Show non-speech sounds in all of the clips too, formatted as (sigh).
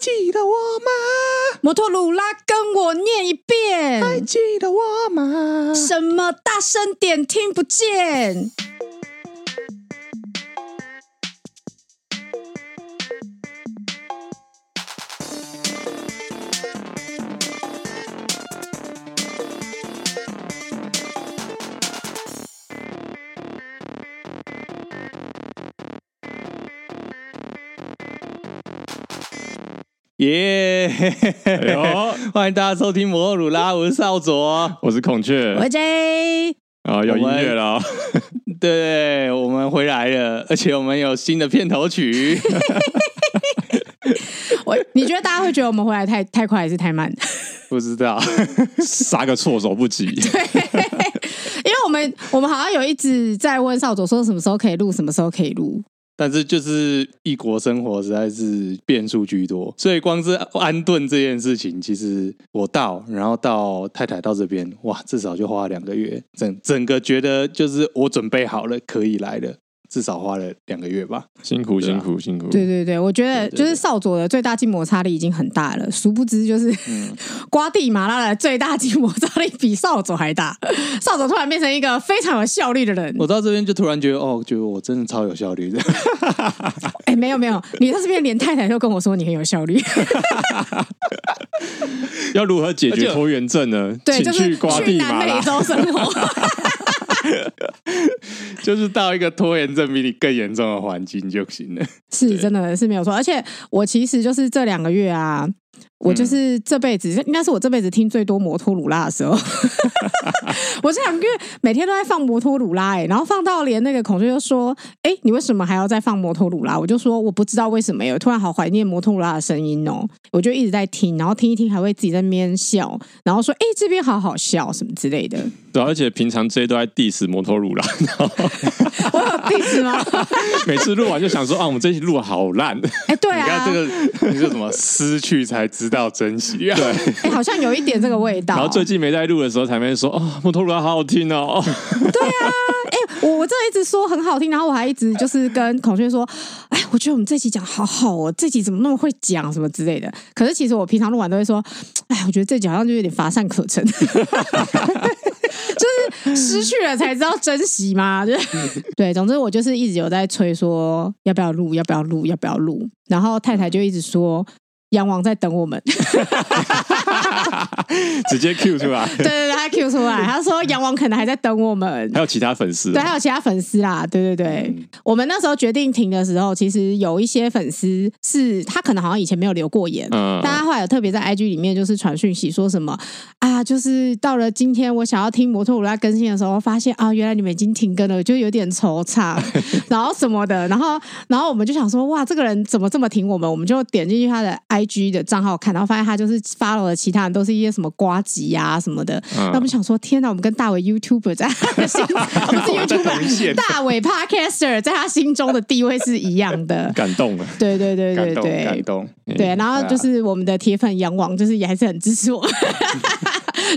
记得我吗？摩托鲁拉，跟我念一遍。还记得我吗？什么大声点听不见？嗯耶！哎呦 (laughs) 欢迎大家收听《摩托鲁拉》，我是少佐。我是孔雀喂 J，啊，有音乐了 (laughs) 哦，对，我们回来了，而且我们有新的片头曲。 (laughs) 我你觉得大家会觉得我们回来太太快还是太慢？ (laughs) 不知 (laughs) 道，杀个措手不及。因为我们我们好像有一直在问少佐说什么时候可以录，什么时候可以录。但是就是异国生活实在是变数居多，所以光是安顿这件事情，其实我到，然后到太太到这边，哇，至少就花了两个月，整整个觉得就是我准备好了，可以来了，至少花了两个月吧。辛苦对啊辛苦辛苦，对对对，我觉得对对就是少佐的最大静摩擦力已经很大了，殊不知就是、嗯瓜地马拉的最大静摩擦力比少佐还大。少佐突然变成一个非常有效率的人。我到这边就突然觉得，哦，觉得我真的超有效率的。哎、没有没有，你到这边连太太都跟我说你很有效率。要如何解而且决拖延症呢？对，就请是去瓜去地南马美拉。洲生 (laughs) 活。就是到一个拖延症比你更严重的环境就行了。是真的是没有错，而且我其实就是这两个月啊，嗯我就是这辈子、应该是我这辈子听最多摩托鲁拉的时候。 (laughs) 我这两个月每天都在放摩托鲁拉、欸，然后放到连那个孔雀就说：“哎、你为什么还要再放摩托鲁拉？”我就说：“我不知道为什么耶、我突然好怀念摩托鲁拉的声音哦、我就一直在听，然后听一听还会自己在那边笑，然后说：“哎、这边好好笑什么之类的。对啊，而且平常这些都在 diss 摩托 (laughs) 鲁啦，然后我有 diss 啊吗？ (laughs) 每次录完就想说啊，我们这期录得好烂。哎、对 (laughs) 你啊，看这个，你说什么失去才知道珍惜啊？对，哎、好像有一点这个味道。然后最近没在录的时候，才没说哦，摩托鲁拉好好听哦。我我这一直说很好听，然后我还一直就是跟孔雀说，哎，我觉得我们这集讲好好哦，这集怎么那么会讲什么之类的。可是其实我平常录完都会说，哎，我觉得这集好像 (laughs) 就有点乏善可陈，就是失去了才知道珍惜嘛。就是、对，总之我就是一直有在催说要不要录，要不要录，要不要录。然后太太就一直说。杨王在等我们， (laughs) (laughs) 直接 Q 出来。对对对，他 Q 出来，他说杨王可能还在等我们，还有其他粉丝哦对，还有其他粉丝啦，对对对，我们那时候决定停的时候，其实有一些粉丝是他可能好像以前没有留过言，嗯。大家后来有特别在 IG 里面就是传讯息说什么啊，就是到了今天我想要听摩托罗拉更新的时候，发现啊，原来你们已经停更了，就有点惆 (laughs) 怅，然后什么的，然后然后我们就想说，哇，这个人怎么这么挺我们？我们就点进去他的 IG 的账号看，然后发现他就是 follow 的其他人都是一些 E 什么瓜吉呀、什么的，嗯那我们想说，天哪，我们跟大伟 YouTuber 在他的心，我们是 (laughs) YouTuber，大伟 Podcaster 在他心中的地位是一样的感动了。对对对感对动，感对动。对，然后就是我们的铁粉杨王，就是也还是很支持我 (laughs) 们。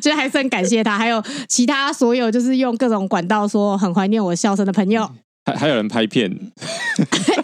就是还是很感谢他，还有其他所有就是用各种管道说很怀念我笑声的朋友。还还有人拍片，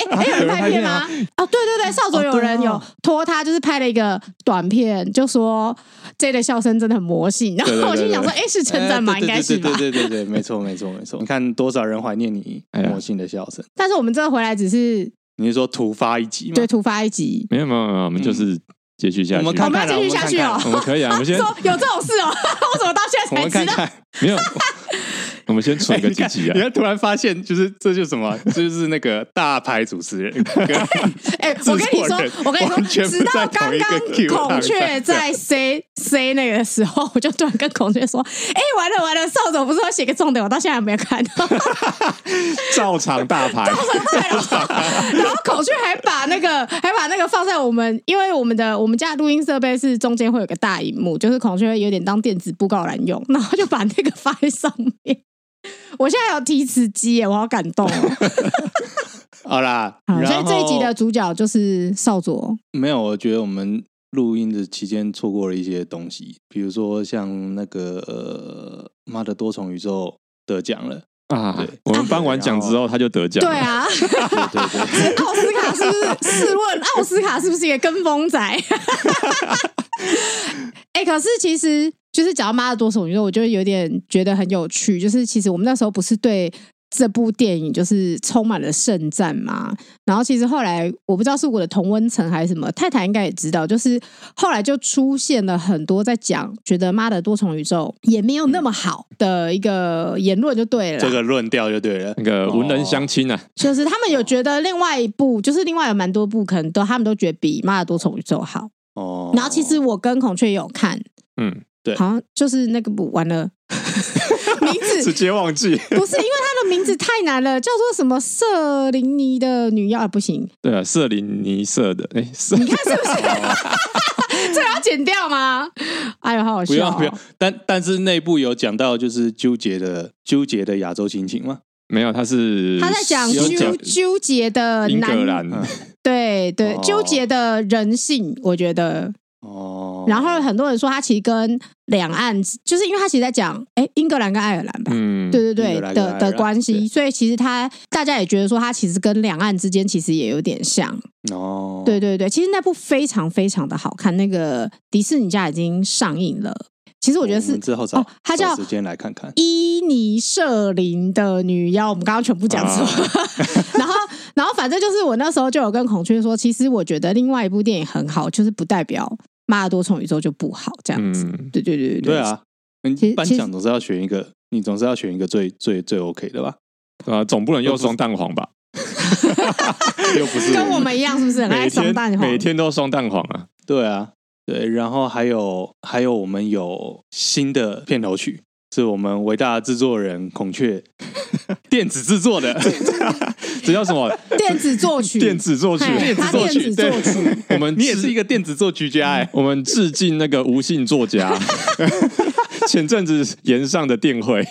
哎、有人拍片吗？哦，对对对，少佐有人有托他，就是拍了一个短片，就说 J 的笑声真的很魔性。 (laughs) 然对对后我对就对想说，哎、 (laughs) 是称赞吗？哎应对该是吧对。对对对对，对 (laughs) 没错没错没错。你看多少人怀念你哎呀魔性的笑声？但是我们这回来只是你是说突发一集吗？对，突发一集，没有没有没有，我们就是接续下去。我我们看们看要啦继续下去哦我。我们可以啊，我们先 (laughs) 说有这种事哦，我怎么到现在才我们看知道？看。没有，我们先存个几集 (laughs) 哎你看你啊。看突然发现，就是这就是什 (laughs) 么？这就是那个大牌主持人。哎，我跟你说制作人，我跟完你全说，直不到在刚同一个刚 queue 孔雀在 C C 那个时 (laughs) 候，我就突然跟孔雀说：“哎，完了完了，邵总不是要写个重点，我到现在还没有看到。”照常大牌，然后孔雀还把那个 (laughs) 还把那个放在我们，因为我们的我们家的录音设备是中间会有个大荧幕，就是孔雀会有点当电子布告栏用，然后就把那个放在上面。我现在有提词机耶，我好感动哦！好啦，好所然以后这一集的主角就是少佐，没有，我觉得我们录音的期间错过了一些 (laughs) 东西，比如说像那个呃《妈的多重宇宙》得奖了，啊对！我们颁完奖之后，他就得奖。对，啊，对对 (laughs) 对，奥斯卡是不是？试问奥斯卡是不是一个跟风仔？哎、 (laughs) 可是其实就是讲到《妈的多重宇宙》，我就有点觉得很有趣。就是其实我们那时候不是对这部电影就是充满了盛赞嘛，然后其实后来我不知道是我的同温层还是什么，太太应该也知道，就是后来就出现了很多在讲觉得《妈的多重宇宙》也没有那么好的一个言论，就对了啦。这个论调就对了那。个文人相亲哦啊，就是他们有觉得另外一部，就是另外有蛮多部，可能都他们都觉得比《妈的多重宇宙》好。哦，然后其实我跟孔雀也有看，嗯，对好像就是那个完了 (laughs) 名字 (laughs) (laughs) 直接忘记。不是因为他的名字太难了，叫做什么瑟琳妮的女妖、啊，不行，对啊，瑟林尼瑟的，哎，瑟你看是不是？这个要剪掉吗？哎呦，好好不笑、要哦！不要，但但是内部有讲到就是纠结的纠结的亚洲亲情嘛，没有，他是他在讲有纠纠结的英格男，兰，对对，哦纠结的人性，我觉得哦，然后很多人说他其实跟两岸，就是因为他其实在讲，哎，英格兰跟爱尔兰吧，嗯，对对对英格兰跟爱的尔的兰关系，对所以其实他大家也觉得说他其实跟两岸之间其实也有点像，哦，对对对，其实那部非常非常的好看，那个迪士尼家已经上映了，其实我觉得我是们之后找哦它叫找时间来看看，伊尼舍林的女妖，我们刚刚全部讲错。啊 (laughs) 然后，然后反正就是我那时候就有跟孔雀说，其实我觉得另外一部电影很好，就是不代表《妈的多重宇宙》就不好这样子。嗯，对对对对对，啊，其你实颁其实奖总是要选一个，你总是要选一个最最最 OK 的吧， (laughs) 啊，总不能又双蛋黄吧？又不是跟我们一样，是不是很爱每双天蛋黄每？天都双蛋黄啊， (laughs) 对啊，对，然后还有还有我们有新的片头曲，是我们伟大的制作人孔雀 (laughs) 电子制作的， (laughs) 这叫什么？电子作曲，电子作曲，嘿哎他电子作曲对，我们你也是致一个电子作曲家 (laughs) 哎、我们致敬那个无姓作 (laughs) 家。前阵子延上的电会，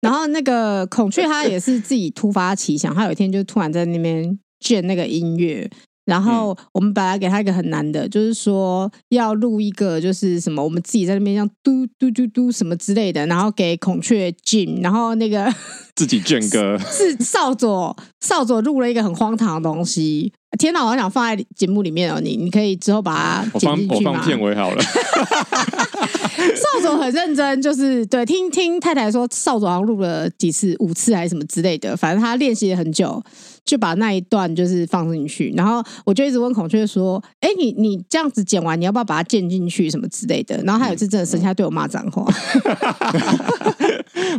然后那个孔雀，它也是自己突发奇想，它有一天就突然在那边卷那个音乐。然后我们本来给他一个很难的，就是说要录一个，就是什么我们自己在那边像嘟嘟嘟嘟什么之类的，然后给孔雀进，然后那个自己卷歌，是少佐少佐录了一个很荒唐的东西。天哪，我好想放在节目里面哦，你你可以之后把它我剪放进我去吗放？片尾好了。少佐很认真，就是对，听听太太说，少佐好像录了几次，五次还是什么之类的，反正他练习了很久，就把那一段就是放进去。然后我就一直问孔雀说：“哎，你你这样子剪完，你要不要把它剪进去什么之类的？”然后他有一次真的生气，他对我骂脏话，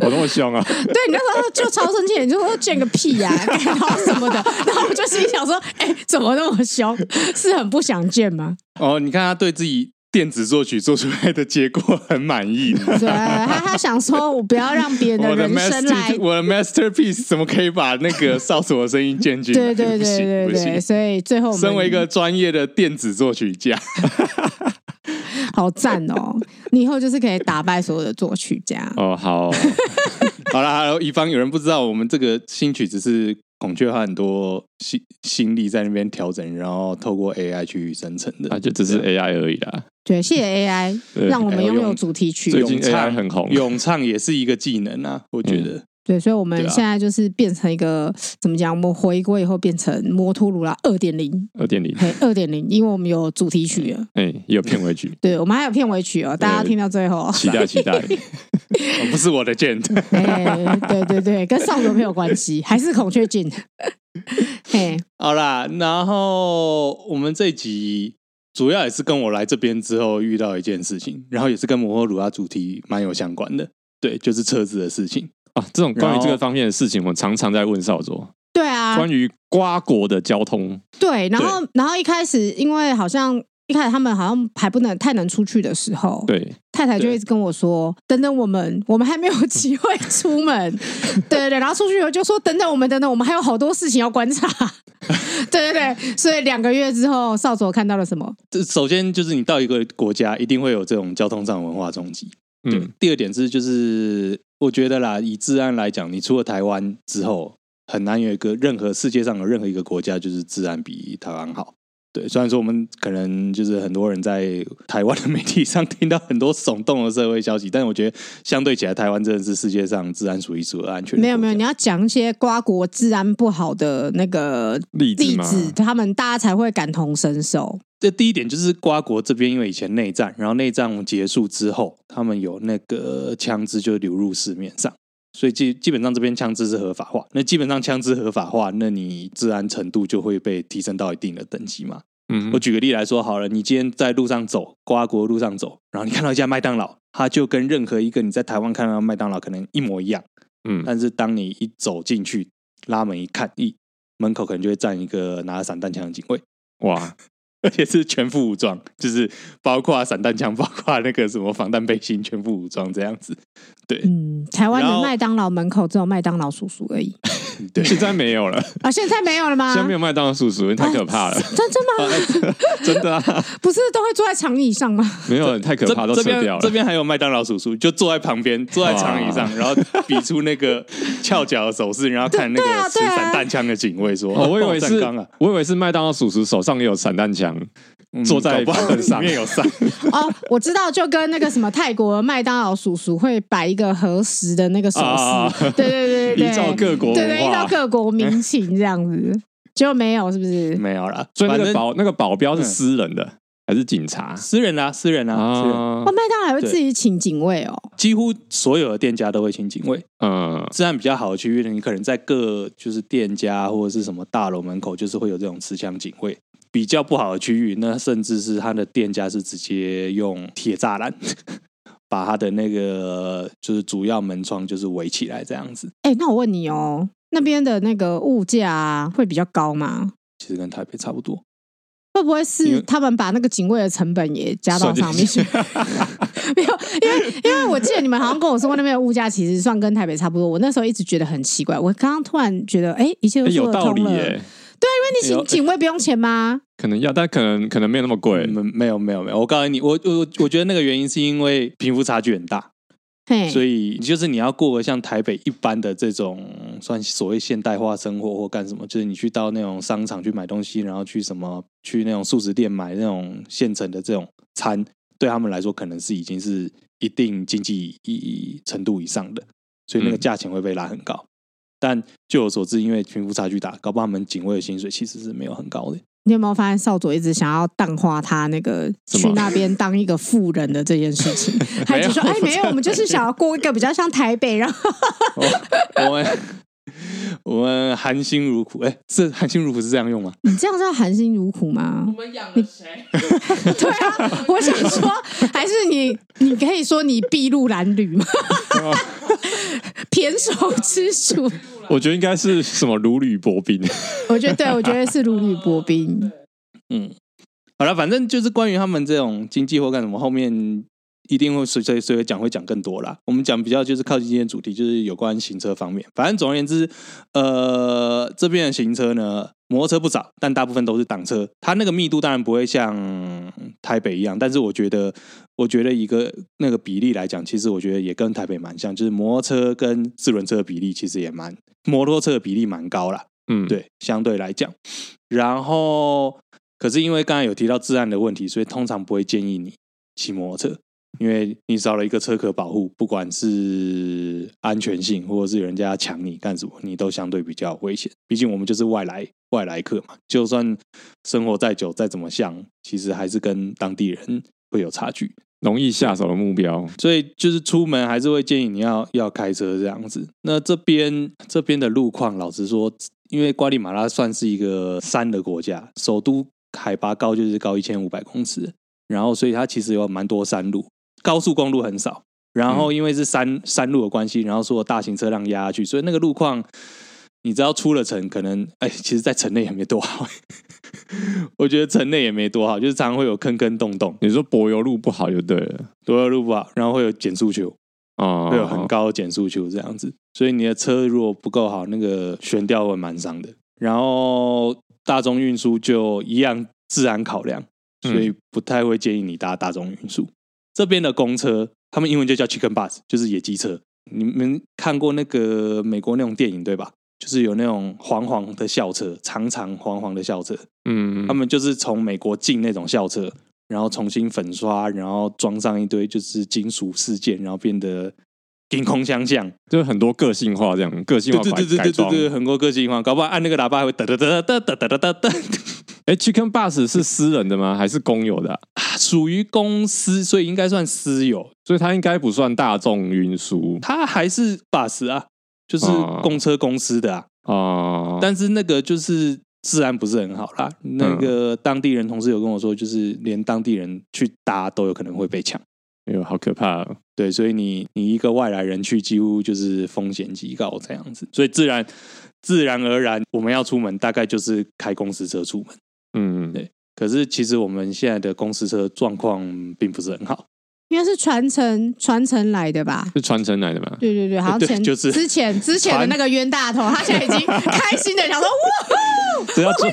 我那么凶啊！对你那时候就超生气，你就说剪个屁呀、然后什么的。然后我就心里想说：“哎，怎么那么凶？是很不想见吗？” (laughs) 哦，你看他对自己电子作曲做出来的结果很满意。对，他他想说我不要让别人我的人生来 master，我的 masterpiece 怎么可以把那个少佐的声音兼进对来？对不对行对不对，行所以最后我们身为一个专业的电子作曲家，好赞 (laughs) 哦，你以后就是可以打败所有的作曲家。哦，好， (laughs) 好啦，好啦以防有人不知道，我们这个新曲只是孔雀花很多心心力在那边调整，然后透过 AI 去生成的。啊那就只 (laughs) 是啊 AI 而已啦。对，谢谢 AI 对让我们还有拥有哎用主题曲。最近咏唱 AI 很红嗯咏唱也是一个技能啊，我觉得。对，所以我们对啊现在就是变成一个怎么讲？我们回归以后变成摩托罗拉二点 (laughs) 零，二点零，嘿，二点零，因为我们有主题曲了。哎，也有片尾曲，对，我们还有片尾曲哦，大家对听到最 (laughs) 后，期待期待。 (laughs) 哦不是我的剑，哎，对对对，跟上游没有关系，还是孔雀 (laughs) 镜。嘿， (laughs) 好啦，然后我们这一集主要也是跟我来这边之后遇到一件事情，然后也是跟摩托鲁拉主题蛮有相关的，对，就是车子的事情。啊，这种关然于后这个方面的事情，我常常在问少佐，对啊，关于瓜国的交通，对，然后然后一开始因为好像一开始他们好像还不能太能出去的时候，对，太太就对一直跟我说：“等等我们，我们还没有机会出门。”对对对，然后出去以后就说：“等等我们，等等我们还有好多事情要观察。”对对对，所以两个月之后，少佐看到了什么？这首先就是你到一个国家，一定会有这种交通上的文化冲击。对，嗯，第二点是，就是我觉得啦，以治安来讲，你出了台湾之后，很难有一个任何世界上有任何一个国家，就是治安比台湾好。对，虽然说我们可能就是很多人在台湾的媒体上听到很多耸动的社会消息，但我觉得相对起来，台湾真的是世界上治安数一数二安全的国家。没有没有，你要讲一些瓜国治安不好的那个例子例嘛，子，他们大家才会感同身受。这第一点就是瓜国这边，因为以前内战，然后内战结束之后，他们有那个枪支就流入市面上，所以基基本上这边枪支是合法化。那基本上枪支合法化，那你治安程度就会被提升到一定的等级嘛。嗯我举个例来说好了，你今天在路上走，瓜国路上走，然后你看到一家麦当劳，它就跟任何一个你在台湾看到的麦当劳可能一模一样，嗯，但是当你一走进去，拉门一看，一门口可能就会站一个拿着散弹枪的警卫。哇，而且是全副武装，就是包括散弹枪，包括那个什么防弹背心，全副武装这样子。嗯，台湾然的后麦当劳门口只有麦当劳叔叔而已对，现在没有了，啊，现在没有了吗？现在没有麦当劳叔叔，太可怕了，啊 (laughs) 真 (laughs) 真吗？真的 (laughs) 啊，不是都会坐在长椅上吗？没有太可这怕，都这撤边掉这了。边还有麦当劳叔叔，就坐在旁边，坐在长椅上，然后比出那个翘脚的手势，然后看那对啊个持对啊散弹枪的警卫说：“哦，我以为爆是战钢啊，，我以为是麦当劳叔叔手上也有散弹枪，嗯坐在搞不好板凳上里面有上。哦，我知道，就跟那个什么泰国麦当劳叔叔会摆一个合十的那个手势，啊 (laughs) 对对对对，依照各国对对，文依照化，各国民情这样子，就没有是不嗯是？没有啦，所以那反个正保那个保镖是私人的还是警察私人啊，私人啊，私人啊哦，？麦当劳还会自己请警卫哦，几乎所有的店家都会请警卫。嗯，治安比较好的区域呢，你可能在各就是店家或者是什么大楼门口，就是会有这种持枪警卫。比较不好的区域，那甚至是他的店家是直接用铁栅栏 (laughs) 把他的那个就是主要门窗就是围起来这样子。哎，那我问你哦，那边的那个物价、啊、会比较高吗？其实跟台北差不多，会不会因是为他们把那个警卫的成本也加到上面去？ (laughs) 没有，因为因为我记得你们好像跟我说过那边的物价其实算跟台北差不多。我那时候一直觉得很奇怪，我刚刚突然觉得，哎、一切都欸说有得道理通了。耶，那你请有警卫不用钱吗？可能要，但可能可能没有那么贵。嗯没没有没有没有。我告诉你，我我我觉得那个原因是因为贫富差距很大，嘿，所以就是你要过得像台北一般的这种算所谓现代化生活或干什么，就是你去到那种商场去买东西，然后去什么去那种素食店买那种现成的这种餐，对他们来说可能是已经是一定经济意程度以上的，所以那个嗯价钱会被拉很高。但据我所知，因为贫富差距大，搞不好他们警卫的薪水其实是没有很高的。你有没有发现少佐一直想要淡化他那个什么去那边当一个富人的这件事情？他一直说：“哎，没有，我们就是想要过一个比较像台北，然后我们我们含辛茹苦，哎、是含辛茹苦是这样用吗？你这样叫含辛茹苦吗我们养了谁？对啊，我想说，还是你，你可以说你筚路蓝缕吗？哦 (laughs) 胼手知足，我觉得应该是什么如履薄 (laughs) 冰，我觉得对，我觉得是如履薄冰。嗯，好了，反正就是关于他们这种经济或干什么，后面一定会随随随着讲会讲更多啦。我们讲比较就是靠近今天主题，就是有关行车方面。反正总而言之，呃，这边的行车呢，摩托车不少，但大部分都是挡车。它那个密度当然不会像台北一样，但是我觉得，我觉得一个那个比例来讲，其实我觉得也跟台北蛮像，就是摩托车跟四轮车的比例其实也蛮，摩托车的比例蛮高啦。嗯，，对，相对来讲。然后，可是因为刚才有提到治安的问题，所以通常不会建议你骑摩托车，因为你少了一个车壳保护，不管是安全性或者是人家抢你干什么，你都相对比较危险。毕竟我们就是外来外来客嘛，就算生活再久再怎么像，其实还是跟当地人会有差距。容易下手的目标，所以就是出门还是会建议你要要开车这样子。那这边这边的路况，老实说，因为瓜地马拉算是一个山的国家，首都海拔高就是高一千五百公尺，然后所以它其实有蛮多山路，高速公路很少。然后因为是山、山路的关系，然后说大型车辆压下去，所以那个路况，你知道出了城，可能 (laughs) 哎，其实，在城内也没多好。 (laughs) 我觉得城内也没多好，就是常常会有坑坑洞洞，你说柏油路不好就对了多有路不好，然后会有减速球，哦，会有啊很高的减速球这样子，所以你的车如果不够好，那个悬吊会蛮伤的。然后大众运输就一样治安考量，所以不太会建议你搭大众运输。这边的公车，他们英文就叫 chicken bus，就是野鸡车。你们看过那个美国那种电影对吧？就是有那种黄黄的校车，长长黄黄的校车，嗯，他们就是从美国进那种校车，然后重新粉刷，然后装上一堆就是金属饰件，然后变得凭空相像。就是很多个性化这样，个性对化对改对对改对对装。对，很多个性化，搞不好按那个喇叭还会哒哒哒哒哒哒哒哒哒，哎，Chicken Bus 是私人的吗？还是公有的啊？属于公司，所以应该算私有。所以它应该不算大众运输它还是 bus 啊，就是哦公车公司的啊，啊。但是那个就是治安不是很好啦。那个当地人同事有跟我说，就是连当地人去搭都有可能会被抢。哎呦，好可怕哦！对，所以你你一个外来人去，几乎就是风险极高这样子，所以自然自然而然，我们要出门大概就是开公司车出门。嗯，对可是其实我们现在的公司车状况并不是很好，应该是传承传承来的吧？是传承来的嘛？对对对，好像对前就是之前之前的传那个冤大头，他现在已经开心的 (laughs) 想说哇，这叫做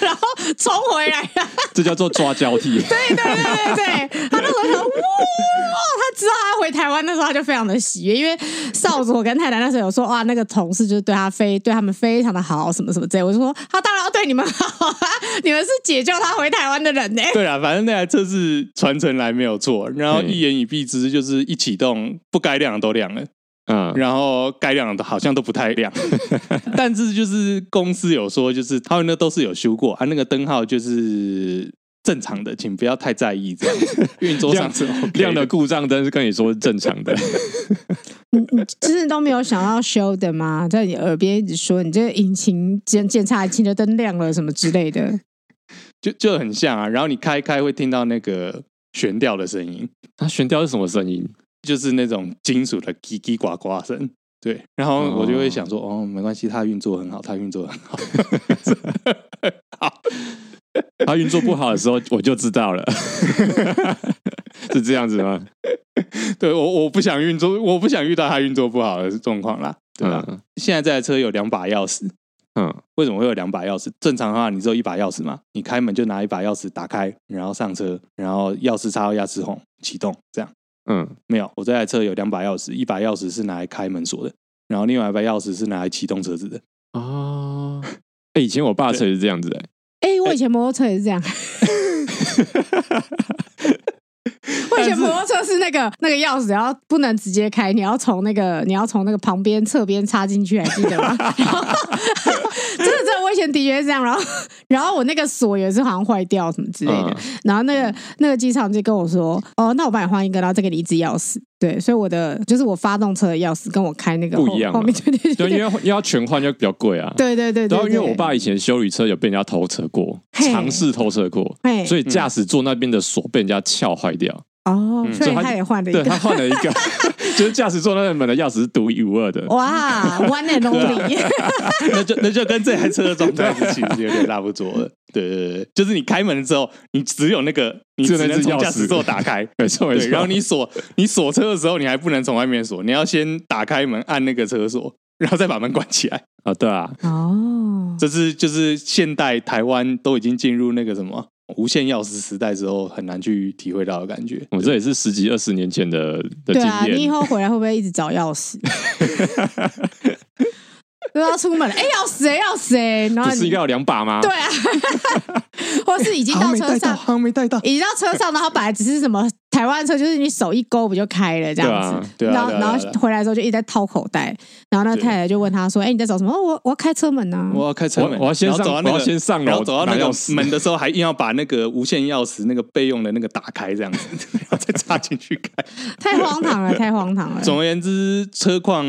然后冲回来了。这叫做抓交替。对对对对对，他那时候想哇，他知道他回台湾那时候他就非常的喜悦，因为少佐跟太太那时候有说哇，那个同事就是对他非对他们非常的好，什么什么之类。我就说他当然要对你们好啊，你们是解救他回台湾的人呢、对啦，反正那台车是传承来没有错，然后嗯一言以蔽之就是一启动不该亮的都亮了， (laughs) 嗯，然后该亮的好像都不太亮， (laughs) 但是就是公司有说，就是他们那都是有修过啊，那个灯号就是正常的，请不要太在意这样子，运 (laughs) 作上是 (laughs) OK 亮的故障灯是跟你说是正 (laughs) 常的。你你真的都没有想要修的吗？在你耳边一直说你这个引擎检检查引擎的灯亮了什么之类的。就就很像啊。然后你开一开会听到那个悬吊的声音，它悬吊是什么声音？就是那种金属的叽叽呱呱声。对，然后我就会想说，哦，没关系，它运作很好，它运作很好。 (laughs) 它运作不好的时候，我就知道了。 (laughs) 是这样子吗？对我，我不想运作，我不想遇到它运作不好的状况啦，对啊吧？嗯现在这台车有两把钥匙，嗯，为什么会有两把钥匙？正常的话，你只有一把钥匙嘛，你开门就拿一把钥匙打开，然后上车，然后钥匙插到钥匙孔启动，这样嗯，没有。我这台车有两把钥匙，一把钥匙是拿来开门锁的，然后另外一把钥匙是拿来启动车子的。 (laughs) 哦，哎，以前我爸车也是这样子的， (laughs) 哎、我以前摩托车也是这样。我以前摩托车是那个那个钥匙，然后不能直接开，你要从那个你要从那个旁边侧边插进去，还记得吗？ (laughs) 然后真的真的，我以前的确是这样。然后然后我那个锁也是好像坏掉什么之类的，嗯然后那个那个机场就跟我说，哦，那我帮你换一个，然后再给你一支钥匙。对，所以我的就是我发动车的钥匙跟我开那个不一样后后面对对就对因对为因为要全换就比较贵啊。对对对对。然后因为对我，爸以前修理车有被人家偷车过，嘿尝试偷车过，嘿嗯所以驾驶座那边的锁被人家撬坏掉。哦，所嗯所以以他他也换了一对个，他换了一 (laughs) 个，就是驾驶座那门的钥匙是独一无二哦的。哇，one and 啊 (laughs) only，那就那就跟这台车的状态是其实有点差不多了。对对对对，就是你开门之后，你只有那个，你只有只那只钥能从匙驾驶座打开。没错 (laughs) 没对，错。然后你锁你锁车的时候，你还不能从外面锁，你要先打开门按那个车锁，然后再把门关起来。啊，对啊，哦，这是就是现代台湾都已经进入那个什么无线钥匙时代之后，很难去体会到的感嗯觉。我这也是十几二十年前的的对经啊，你以验。后回来会不会一直找钥匙？ (laughs) 都要出门了，哎、钥匙哎、钥匙哎、然后不是你应该有两把吗？对啊， (laughs) 或是已经到车上，好像没带到。已经到车上，然后本来只是什么台湾车，就是你手一勾不就开了这样子。对啊对啊然后，对啊然对啊后回来之后就一直在掏口袋，然后那对太太就问他说：“哎，你在找什么？哦我我要开车门啊呢。我要开车门，我我要先上然后走到我要那个先上楼然后走到那拿个钥匙门的时候，还硬要把那个无线钥匙那个备用的那个打开，这样子， (laughs) 然后再插进去开。”太荒唐了，太荒嗯 (laughs) 唐了。总而言之，车况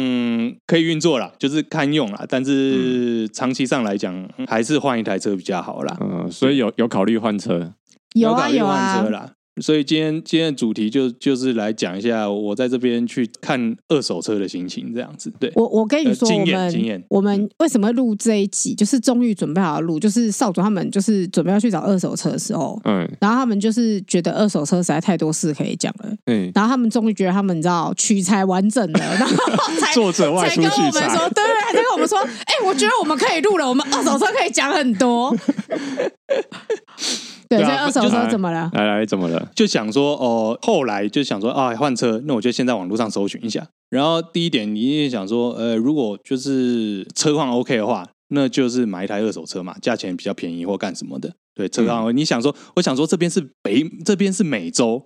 可以运作啦，就是堪用啦，但是长期上来讲，还是换一台车比较好啦。嗯，所以有有考虑换车。有搞啊一有换啊车，啦。所以今天今天的主题就就是来讲一下我在这边去看二手车的心情，这样子。对，我我跟你呃说，经我验经验嗯们我们为什么录这一集？就是终于准备好录，就是少主他们就是准备要去找二手车的时候，嗯然后他们就是觉得二手车实在太多事可以讲了，嗯，然后他们终于觉得他们你知道取材完整了， (laughs) 然后才作者外才出跟我去们查说，对对，才跟我们说，哎、我觉得我们可以录了，我们二手车可以讲很 (laughs) 多。对，对啊所以二手就车怎么了？来来，怎么了？就想说哦、后来就想说啊，换车，那我就先在网络上搜寻一下。然后第一点，你一定想说，呃，如果就是车况 OK 的话，那就是买一台二手车嘛，价钱比较便宜或干什么的。对，车况、你想说，我想说这边是北，这边是美洲。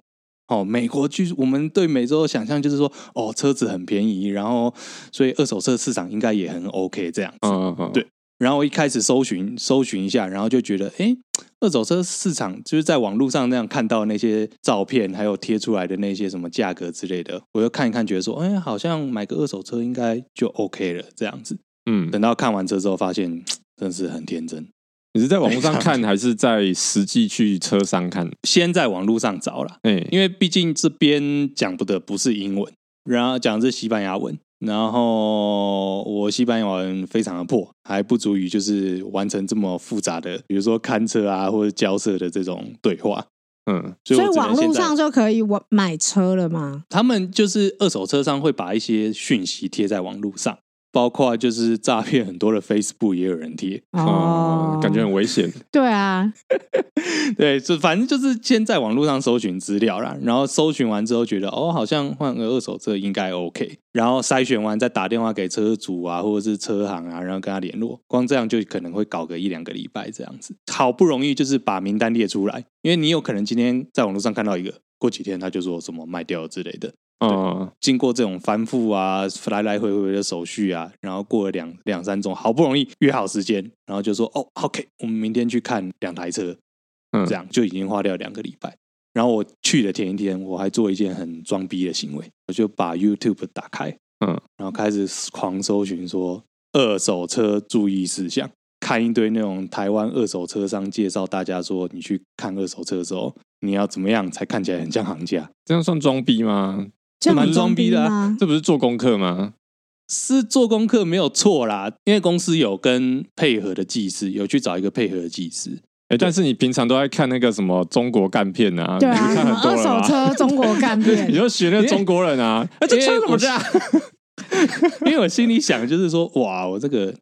哦，美国据我们对美洲的想象就是说，哦，车子很便宜，然后所以二手车市场应该也很 OK 这样子。嗯嗯嗯，对然后一开始搜寻搜寻一下，然后就觉得，哎，二手车市场就是在网络上那样看到那些照片，还有贴出来的那些什么价格之类的，我就看一看，觉得说，哎，好像买个二手车应该就 OK 了，这样子。嗯，等到看完车之后，发现真是很天真。你是在网络啊上看还是在实际去车商看？先在网络上找啦，哎、因为毕竟这边讲不的不是英文，然后讲的是西班牙文，然后我西班牙文非常的破，还不足以就是完成这么复杂的，比如说看车啊或者交涉的这种对话。嗯，所以所我以只能网络现在上就可以我买车了吗？他们就是二手车商会把一些讯息贴在网络上，包括就是诈骗很多的 Facebook 也有人贴，哦哦，，感觉很危 (laughs) 险。对啊，对，就反正就是先在网络上搜寻资料啦，然后搜寻完之后觉得哦，好像换个二手车应该 OK，然后筛选完再打电话给车主啊，或者是车行啊，然后跟他联络，光这样就可能会搞个一两个礼拜这样子。好不容易就是把名单列出来，因为你有可能今天在网络上看到一个，过几天他就说什么卖掉之类的，嗯，经过这种繁复啊、来来回回的手续啊，然后过了两两三种，好不容易约好时间，然后就说哦，OK，我们明天去看两台车，嗯这样就已经花掉两个礼拜。然后我去的前一天，我还做一件很装逼的行为，我就把 YouTube 打开，嗯然后开始狂搜寻说二手车注意事项，看一堆那种台湾二手车商介绍大家说，你去看二手车的时候，你要怎么样才看起来很像行家。这样算装逼吗？这样蛮很装逼的啊吗？这不是做功课吗？是做功课没有错啦，因为公司有跟配合的技师，有去找一个配合的技师。哎、但是你平常都在看那个什么中国干片 (laughs) 啊，对你啊，就什看么很多 (laughs) 二了手吧？车中国干你 (laughs) 片，就学那个中国人 (laughs) 啊，哎、这车怎么这样？因为我心里想就是说，哇，我这个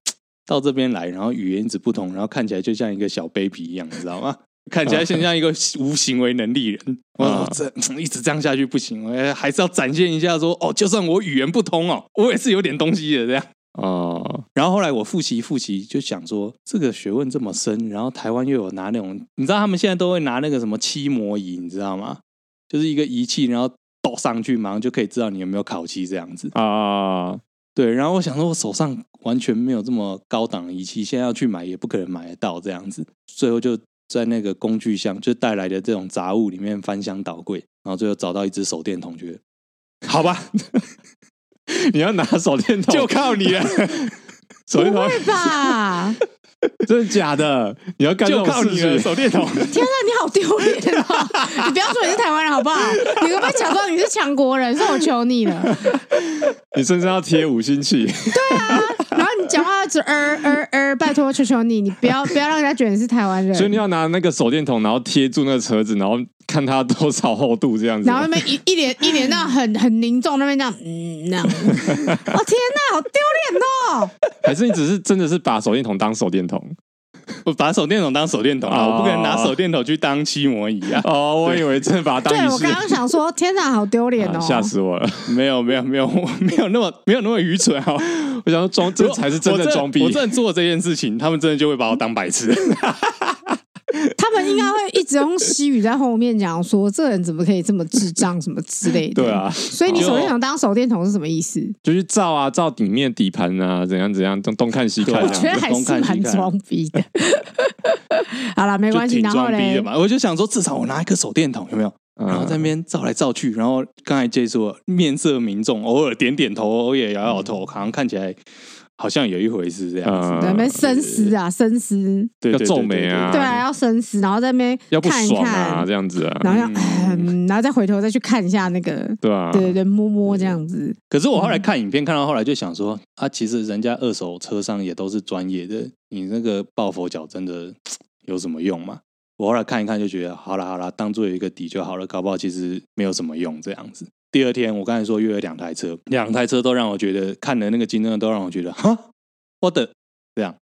到这边来，然后语言一直不同，然后看起来就像一个小 baby 一样，你知道吗？ (laughs) 看起来像像一个无行为能力人。我啊我这嗯一直这样下去不行，我还是要展现一下说，哦，就算我语言不通哦，我也是有点东西的这样。哦，然后后来我复习复习，就想说这个学问这么深，然后台湾又有拿那种，你知道他们现在都会拿那个什么漆模仪，你知道吗？就是一个仪器，然后倒上去，马上就可以知道你有没有烤漆这样子。啊，对，然后我想说，我手上完全没有这么高档的仪器，现在要去买也不可能买得到这样子。最后就在那个工具箱，就带来的这种杂物里面翻箱倒柜，然后最后找到一只手电筒，觉得好吧， (laughs) 你要拿手电筒，就靠你了。 (laughs) 手电不筒，会吧？真的假的？你要干这就种靠事你了，情？手电筒。天啊，你好丢脸啊！你不要说你是台湾人好不好？你可不可以假装你是强国人？是我求你了。 (laughs) 你身上要贴五星旗，然后你讲话只呃呃呃，拜托，求求你，你不要不 (laughs) 要让人家觉得你是台湾人。所以你要拿那个手电筒，然后贴住那个车子，然后看它多少厚度这样子然后吗。那边一一脸一脸那很很凝重，那边这样，(laughs) 嗯，那样。哦天哪，好丢脸哦！还是你只是真的是把手电筒当手电筒？我把手电筒当手电筒啊，哦我不可能拿手电筒去当漆模仪啊！哦，我以为真的把它对当仪我式刚，刚想说，天哪，好丢脸啊哦！吓、死我了！ (laughs) 没有没有没有，我没有那么没有那么愚蠢啊！我想说装， (laughs) 这才是真的装逼我。真的做这件事情，他们真的就会把我当白痴。他们应该会一直用西语在后面讲说，这人怎么可以这么智障什么之类的。 (laughs) 对，啊，所以你手电筒当手电筒是什么意思？就去照啊，照底面底盘啊，怎样怎样，东东看西看、我我啊觉。得还是蛮装逼的。 (laughs) 好了，没就关系。挺然后装逼嘞的，嘛。我就想说，至少我拿一个手电筒，有没有？嗯啊然后在那边照来照去，然后刚才接触面色民众，偶尔点点头，偶尔摇摇头，好像看起来好像有一回是这样子。嗯在那边深思啊，深思，对，要对皱眉啊对啊，要深思，然后在那边要不看一爽啊，看，这样子啊，然后要嗯，然后再回头再去看一下那个，对啊，对对对，摸摸这样子。可是我后来看影片，看到后来就想说，啊，其实人家二手车商也都是专业的，你那个抱佛脚真的有什么用吗？我后来看一看就觉得，好啦好啦，当做一个底就好了，搞不好其实没有什么用这样子。第二天我刚才说约了两台车，两台车都让我觉得看了那个金额都让我觉得，哈，我的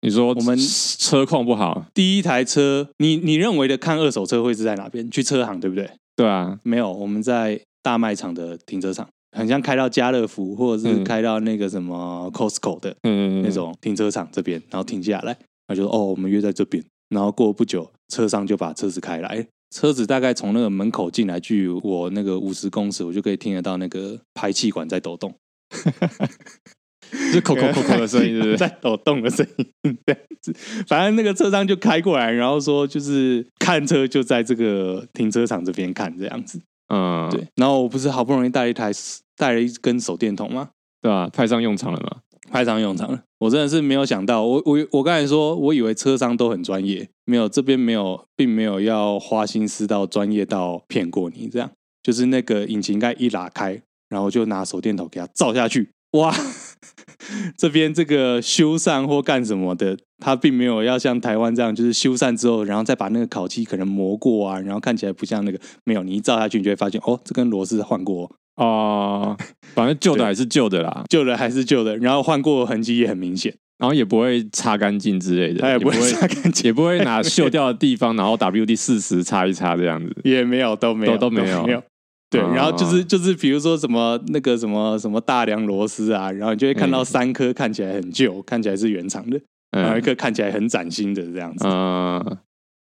你说我们车况不好，第一台车，你你认为的看二手车会是在哪边？去车行对不对？对啊，没有，我们在大卖场的停车场。很像开到家乐福或者是嗯开到那个什么 Costco 的嗯，那种停车场这边，然后停下来，他就说哦，我们约在这边。然后过不久，车商就把车子开来，车子大概从那个门口进来，距我那个五十公尺，我就可以听得到那个排气管在抖动， (laughs) (laughs) 就扣扣扣扣的声音，是不是？在抖动的声音，这样子。反正那个车商就开过来，然后说就是看车就在这个停车场这边看这样子。嗯，对，然后我不是好不容易带了一台带了一根手电筒吗？对吧？派上用场了嘛？派上用场了。我真的是没有想到，我我我刚才说，我以为车商都很专业，没有这边没有，并没有要花心思到专业到骗过你这样。就是那个引擎盖一拉开，然后就拿手电筒给它照下去，哇！ (laughs) 这边这个修缮或干什么的，它并没有要像台湾这样，就是修缮之后，然后再把那个烤漆可能磨过啊，然后看起来不像那个没有，你一照下去，你就会发现哦，这根螺丝换过哦，哦，反正旧的还是旧的啦，旧的还是旧的，然后换过痕迹也很明显。然后也不会擦干净之类的，他也不不会擦干 (laughs) 净也不会拿锈掉的地方，然后 WD 四十擦一擦这样子。也没有，都没有，都都没有对，哦然后就是就是，比如说什么那个什么什么大梁螺丝啊，然后你就会看到嗯三颗看起来很旧，看起来是原厂的，然后一嗯颗看起来很崭新的这样子。嗯，他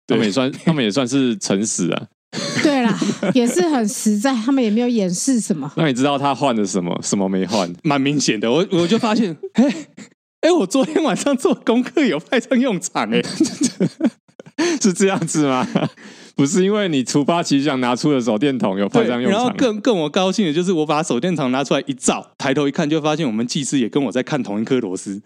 对们也算，他们也算是诚实啊，对啦，也是很实在，他们也没有掩饰什么。让你知道他换了什么，什么没 (laughs) 换。蛮明显的，我我就发现，哎哎，我昨天晚上做功课有派上用场哎、是这样子吗？ (laughs) 不是因为你突发奇想拿出了手电筒有派对，上用然后场，更更我高兴的就是，我把手电筒拿出来一照，抬头一看，就发现我们技师也跟我在看同一颗螺丝。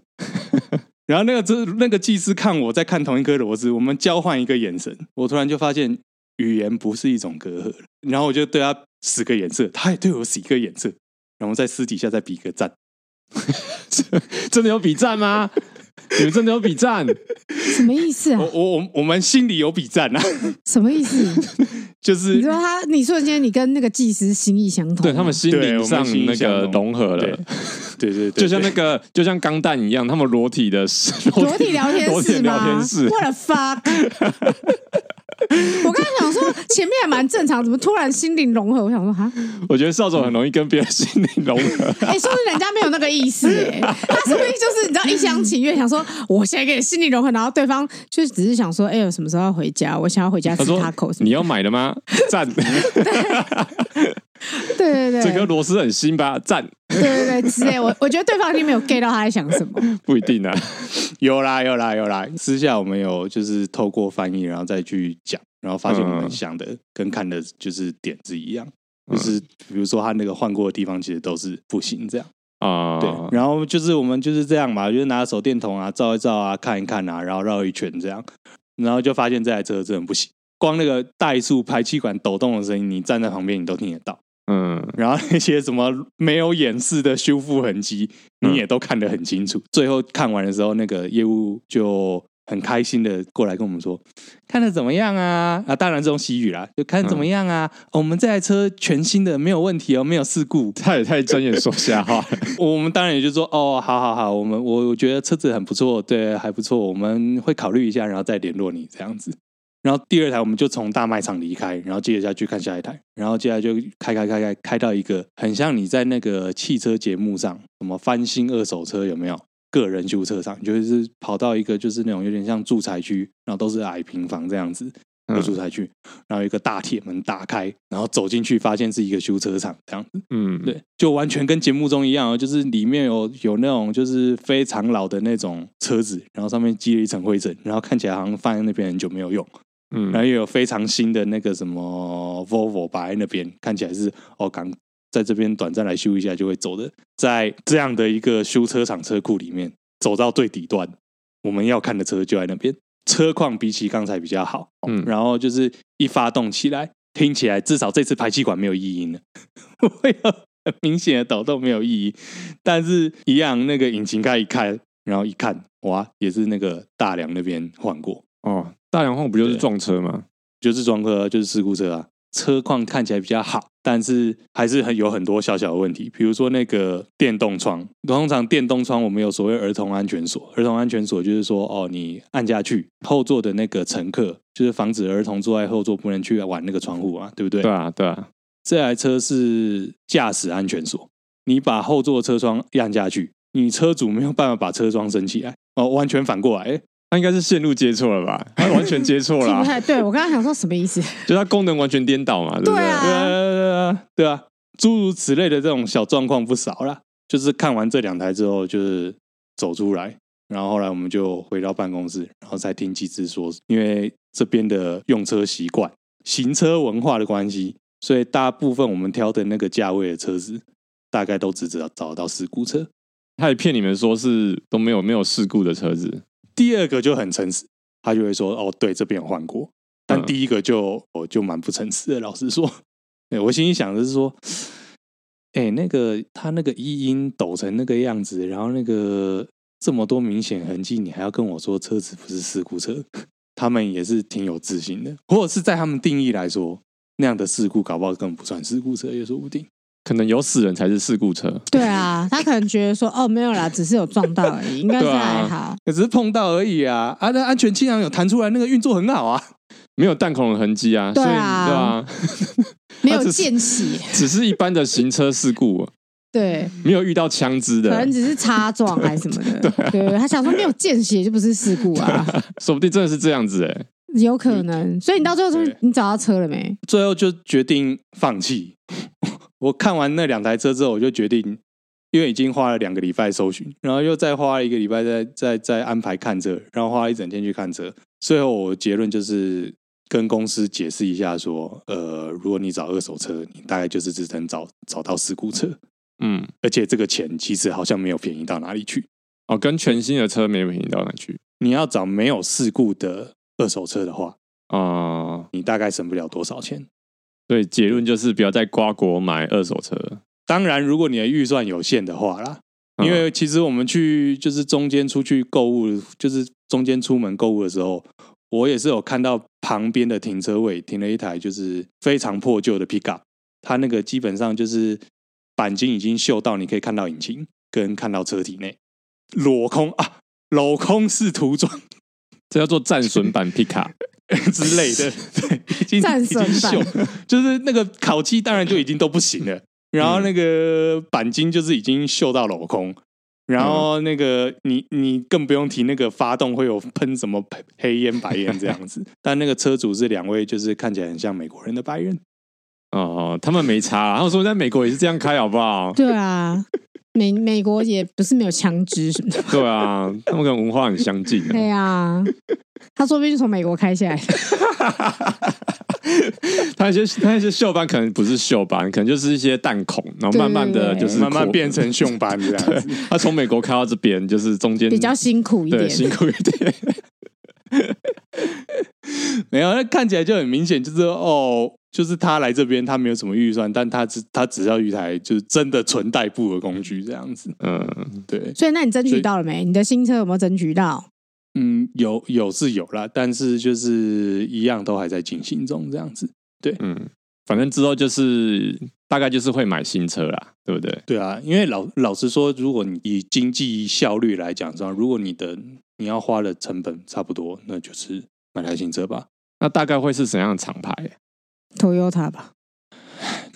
(laughs) 然后那个这那个技师看我在看同一颗螺丝，我们交换一个眼神，我突然就发现语言不是一种隔阂了。然后我就对他使个眼色，他也对我使一个眼色，然后在私底下再比个赞。真的有比战吗？ (laughs) 你们真的有比 (laughs) 战？什么意思啊我？我我我们心里有比赞啊， (laughs) 什么意思？就你是说他，你瞬间你跟那个技师心意相通，对他们心对我灵们上心那灵相个通融合对了， (laughs) 对对对，就像对那个就像钢弹一样，他们裸体的 (laughs) 裸体聊天裸体室聊吗？天室，我的 fuck！我刚才想说前面还蛮正常，怎么突然心灵融合？我想说哈，我觉得少总很容易跟别人心灵融 (laughs) 合。哎、说是人家没有那个意思、哎，他是不是就是你知道一厢情愿，想说我现在跟你心灵融合，然后对方就只是想说，哎、我什么时候要回家？我想要回家他吃说塔口：“什么你要买了吗？ (laughs) 赞，的？对对这颗对，螺丝很新吧？赞，对对对之类。我我觉得对方一定没有 get 到他在想什么。 (laughs) 不一定啊。有啦有啦有啦，私下我们有就是透过翻译，然后再去讲，然后发现嗯我们想的跟看的就是点是一样，嗯就是比如说他那个换过的地方其实都是不行这样。啊，对，然后就是我们就是这样嘛，就是拿手电筒啊照一照啊，看一看啊，然后绕一圈这样，然后就发现这台车真的不行，光那个怠速排气管抖动的声音，你站在旁边你都听得到，嗯，然后那些什么没有掩饰的修复痕迹，嗯你也都看得很清楚。最后看完的时候，那个业务就很开心的过来跟我们说：“看的怎么样啊？”啊，当然这种喜语啦，就看得怎么样啊、哦我们这台车全新的，没有问题哦，没有事故。他也 (laughs) 太睁眼说瞎话。 (laughs) 我们当然也就说：“哦，好好好，我们我我觉得车子很不错，对，还不错，我们会考虑一下，然后再联络你这样子。”然后第二台我们就从大卖场离开，然后接着下去看下一台，然后接下来就开开开开开到一个很像你在那个汽车节目上，什么翻新二手车有没有？个人修车上，你就是跑到一个就是那种有点像住宅区，然后都是矮平房这样子的嗯住宅区，然后一个大铁门打开，然后走进去发现是一个修车厂这样子，嗯，对，就完全跟节目中一样哦，就是里面有有那种就是非常老的那种车子，然后上面积了一层灰尘，然后看起来好像放在那边很久没有用。嗯然后又有非常新的那个什么 Volvo 摆在那边，看起来是哦，刚在这边短暂来修一下就会走的，在这样的一个修车厂车库里面，走到最底端，我们要看的车就在那边，车况比起刚才比较好，哦嗯然后就是一发动起来，听起来至少这次排气管没有异音了， (laughs) 会有很明显的抖动没有异音，但是一样那个引擎盖一开，然后一看，哇，也是那个大梁那边换过。哦，大洋晃不就是对撞车吗？就是装车，就是事故车啊。车况看起来比较好，但是还是很有很多小小的问题，比如说那个电动窗。通常电动窗我们有所谓儿童安全锁，儿童安全锁就是说，哦，你按下去，后座的那个乘客就是防止儿童坐在后座不能去玩那个窗户啊，对不对？对啊，对啊，这台车是驾驶安全锁，你把后座车窗按下去，你车主没有办法把车窗升起来，哦，完全反过来，诶它应该是线路接错了 (laughs) 吧？它完全接错听了不啊、(laughs) 太对，我刚刚想说什么意思？就它功能完全颠倒嘛，对不对？对啊对啊，对啊，对啊，诸如此类的这种小状况不少啦。就是看完这两台之后，就是走出来，然后后来我们就回到办公室，然后再听机制说，因为这边的用车习惯、行车文化的关系，所以大部分我们挑的那个价位的车子，大概都只找找得到事故车。他也骗你们说是都没有没有事故的车子，第二个就很诚实，他就会说：“哦，对，这边有换过。”但嗯第一个就我就蛮不诚实的，老实说， (laughs) 对我心里想的是说，哎、那个他那个一音抖成那个样子，然后那个这么多明显痕迹，你还要跟我说车子不是事故车， (laughs) 他们也是挺有自信的，或者是在他们定义来说，那样的事故搞不好根本不算事故车也说不定。可能有死人才是事故车。对啊，他可能觉得说哦没有啦，只是有撞到而已，应该是对啊还好。可只是碰到而已啊！啊，那安全气囊有弹出来，那个运作很好啊。没有弹孔的痕迹啊，对所以啊对吧？没有他只是见血， (laughs) 只是一般的行车事故，啊对，没有遇到枪支可的能，只是擦撞还是什么的。对，他想说没有见血就不是事故啊，说不定真的是这样子哎、有可能。所以你到最后就是对你找到车了没？最后就决定放弃。 (laughs) 我看完那两台车之后，我就决定，因为已经花了两个礼拜搜寻，然后又再花了一个礼拜再再再安排看车，然后花了一整天去看车。最后我结论就是跟公司解释一下说，呃，如果你找二手车，你大概就是只能找找到事故车，嗯，而且这个钱其实好像没有便宜到哪里去。哦，跟全新的车没便宜到哪去你要找没有事故的二手车的话，啊、你大概省不了多少钱。所以结论就是不要在瓜国买二手车，当然，如果你的预算有限的话啦，嗯因哦为其实我们去就是中间出去购物，就是中间出门购物的时候，我也是有看到旁边的停车位停了一台就是非常破旧的 pickup，它那个基本上就是钣金已经锈到你可以看到引擎跟看到车体内裸空啊，镂空式涂装这叫做战损版皮卡，之类的，对，已经战已神经版锈，就是那个烤漆当然就已经都不行了，然后那个钣金就是已经锈到镂空。然后那个你你更不用提那个发动会有喷什么黑黑烟白烟这样子，但那个车主是两位就是看起来很像美国人的白人，哦，他们没差、他们说在美国也是这样开，好不好？对啊，美美国也不是没有枪支什么的。对啊，他们跟文化很相近、啊。 (laughs) 对啊，他说不定是从美国开下来的。它一些它一些锈斑可能不是锈斑，可能就是一些弹孔，然后慢慢的对就是慢慢扩变。成凶斑这样子。它从美国开到这边，就是中间比较辛苦一对点，辛苦一点。 (laughs) 没有，那看起来就很明显，就是哦，就是他来这边他没有什么预算，但他只他只要一台就是真的纯代步的工具这样子。嗯，对，所以那你争所取以到了没？你的新车有没有争取到？嗯，有有是有啦，但是就是一样都还在进行中这样子。嗯，反正之后就是大概就是会买新车啦，对不对？对啊，因为老老实说，如果你以经济效率来讲上，如果你的你要花的成本差不多，那就是买台新车吧。那大概会是怎样的厂牌？ Toyota 吧，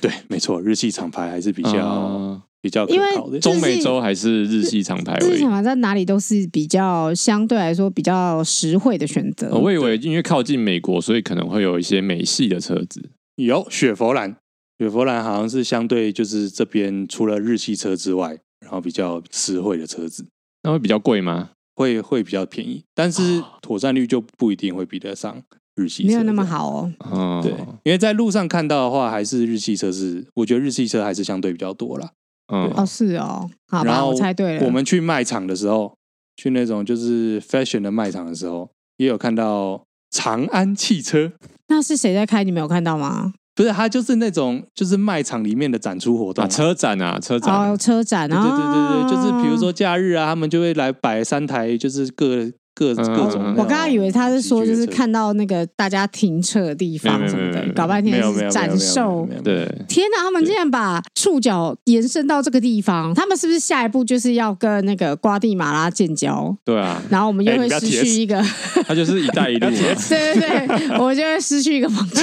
对，没错，日系厂牌还是比较、啊比较可因为靠的。中美洲还是日系厂牌日为主？产嘛，在哪里都是比较相对来说比较实惠的选择。哦我以为因为靠近美国，所以可能会有一些美系的车子。有雪佛兰，雪佛兰好像是相对就是这边除了日系车之外，然后比较实惠的车子，那会比较贵吗？会会比较便宜，但是妥善率就不一定会比得上日系车，没有那么。好哦。哦，对，因为在路上看到的话，还是日系车是，我觉得日系车还是相对比较多啦。哦，嗯，是哦，好然吧，后我猜对了。我们去卖场的时候，去那种就是 fashion 的卖场的时候，也有看到长安汽车，那是谁在开？你没有看到吗？不是它就是那种就是卖场里面的展出活啊，动啊。车展啊，车展啊哦，车展对啊，对对对对，就是比如说假日啊，他们就会来摆三台，就是各各嗯各种嗯嗯那种喜剧的车。我刚刚以为他是说，就是看到那个大家停车的地方没有什么没有没有没的，有搞半没天有没有没是有展售。没有没有没有对，天哪，他们竟然把触角延伸到这个地方，他们是不是下一步就是要跟那个瓜地马拉建交？对啊，然后我们又哎会你不要失贴去一个， (laughs) 它就是一带一路嘛。啊 (laughs) 对对对，我就会失去一个方舟。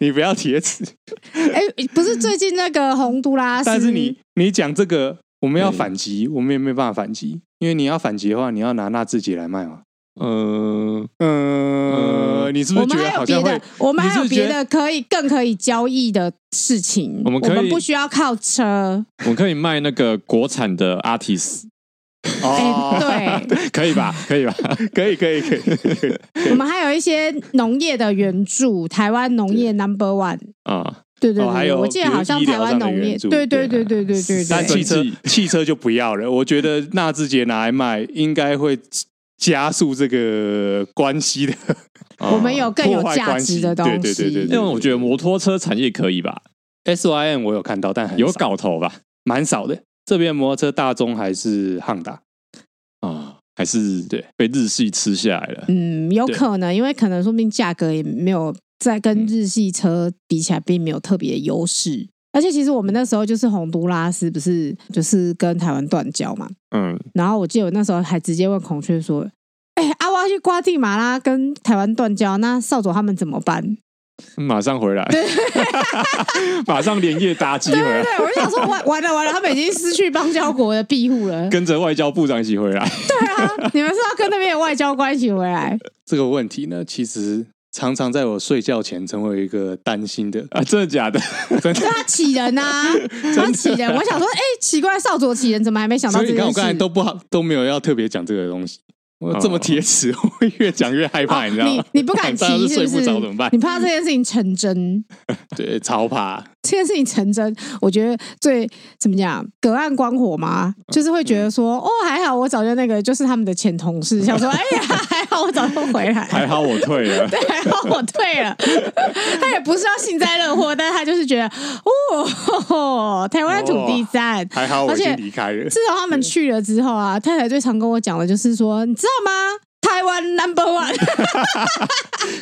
你不要铁齿，哎、不是最近那个洪都拉斯，啊但是你你讲这个，我们要嗯反击，我们也没办法反击，因为你要反击的话，你要拿纳自己来卖嘛。嗯，呃，你是不我是觉们得还有好别像的会？，我们还有你是不是别觉的可以更可以交易的事情，我们可以不需要靠车，我可以卖那个国产的 artist，哎、哦，对，可以吧？可以吧？可以可以可以，我们还有一些农业的援助，台湾农业 Number One，啊，对对对，哦还有我记得好像比如医台疗湾上的农业，援助对对对对对对对但对汽对，车汽车就不要了，我觉得纳智捷拿来卖应该会加速这个关系的。啊哦我们有更有价值的东西，对对对因为我觉得摩托车产业可以吧， S Y N 我有看到，但很有少搞头吧？蛮少的。这边摩托车大众还是 Honda，哦啊，还是对被日系吃下来了。嗯，有对嗯可能，因为可能说不定价格也没有在跟日系车比起来，并没有特别的优势。而且其实我们那时候就是洪都拉斯，不是就是跟台湾断交嘛。嗯，然后我记得我那时候还直接问孔雀说：“哎、阿哇去瓜地马拉跟台湾断交，那少佐他们怎么办马上回来， (laughs) 马上连夜搭机？”对回对来，对，我就想说完完了完了，他们已经失去邦交国的庇护了。跟着外交部长一起回来。对啊，你们是要跟那边的外交关系回来？这个问题呢，其实常常在我睡觉前成为一个担心的。啊，真的假的？真对的他起人呐、他起人。我想说，哎、奇怪，少佐起人怎么还没想到所这以件你事？看，我刚才都不好，都没有要特别讲这个东西。我这么铁齿，我会越讲越害怕，哦你知道你吗？你不 (laughs) 敢骑晚上要是是睡不是？不着怎么办你？怕这件事情成真，对，超怕。这件事情成真，我觉得最怎么讲，隔岸观火嘛，就是会嗯觉得说，哦，还好我早就那个，就是他们的前同事，想说，哎呀，还好我早就回来还了。好我退了。对，还好我退了。他也不是要幸灾乐祸，但是他就是觉得，哦，台湾土地赞，还好我已而经且离开了。自从他们去了之后啊，太太最常跟我讲的就是说，你知道吗？台湾 number one，。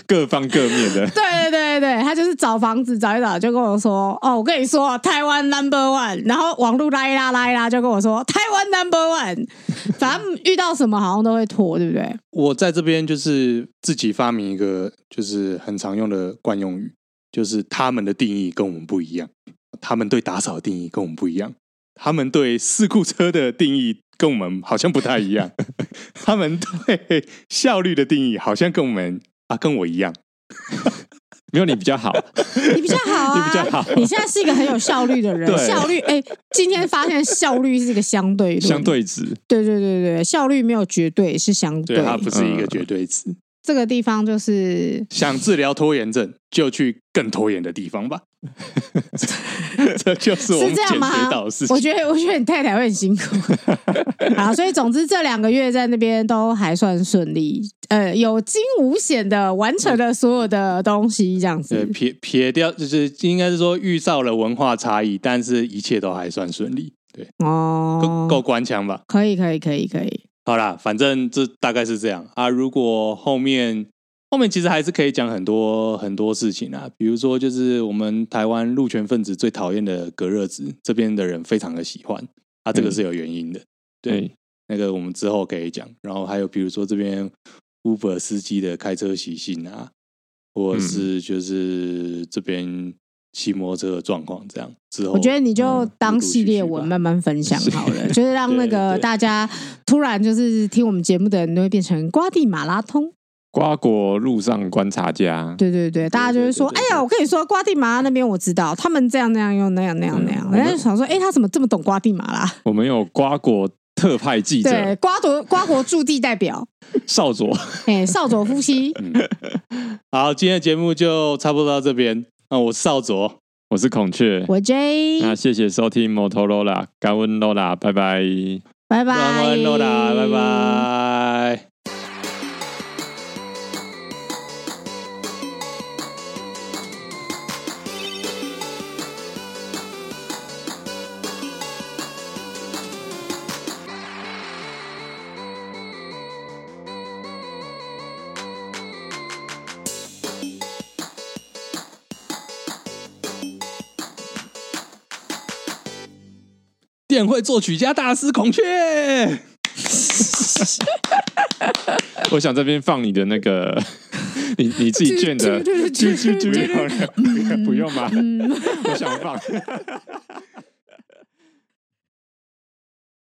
各方各面的对对对对，他就是找房子找一找，就跟我说，哦，我跟你说，台湾 number one，然后网路拉一拉拉一拉，就跟我说台湾 number one，反正遇到什么好像都会拖，对不对？我在这边就是自己发明一个，就是很常用的惯用语，就是他们的定义跟我们不一样，他们对打扫的定义跟我们不一样，他们对事故车的定义跟我们好像不太 (laughs) 一样，他们对效率的定义好像跟我们啊跟我一样，没有你比较好，你比较好啊，你比较好你现在是一个很有效率的人，对效率，哎，今天发现效率是一个相对论相，对值。对对对对，效率没有绝对，是相对，它不是一个嗯绝对词。这个地方就是想治疗拖延症，就去更拖延的地 (laughs) 方吧。这就是我们是这减样吗肥岛的事？情我。觉得，我觉得你太太会很 (laughs) 辛苦啊。所以，总之这两个月在那边都还算顺利，呃，有惊无险的完成了所有的东西，这样呃，子。撇撇掉就是应该是说遇到了文化差异，但是一切都还算顺利，对，够够哦，官腔吧？可以，可以，可以，可以。好啦，反正这大概是这样啊。如果后面后面其实还是可以讲很多很多事情啊，比如说就是我们台湾路权分子最讨厌的隔热纸，这边的人非常的喜欢，啊，这个是有原因的，对，对，那个我们之后可以讲。然后还有比如说这边 Uber 司机的开车习性啊，或者是就是这边骑摩托车的状况，这样之后我觉得你就嗯当系列陆陆续文续吧慢慢分享好了，就是让那个对对大家突然就是听我们节目的人都会变成瓜地马拉通。瓜果路上观察家。对对对，大家就会说：“对对对哎呀，我跟你说，瓜地马拉那边我知道，他们这样那样又那样那样那样。”嗯人家就想说：“哎，他怎么这么懂瓜地马拉？”我们有瓜果特派记对，者瓜国瓜国驻地代表，少佐，哎、少佐夫 (laughs) 妻，嗯好，今天的节目就差不多到这边。那我是少佐，我是孔雀。我 J，那谢谢收听 Motorola，感恩 Lola，拜拜。拜拜，晚安，诺达，拜。拜。电绘作曲家大师孔雀。我想这边放你的那个，你你自己卷的，对对对对不用不用吧？我想放。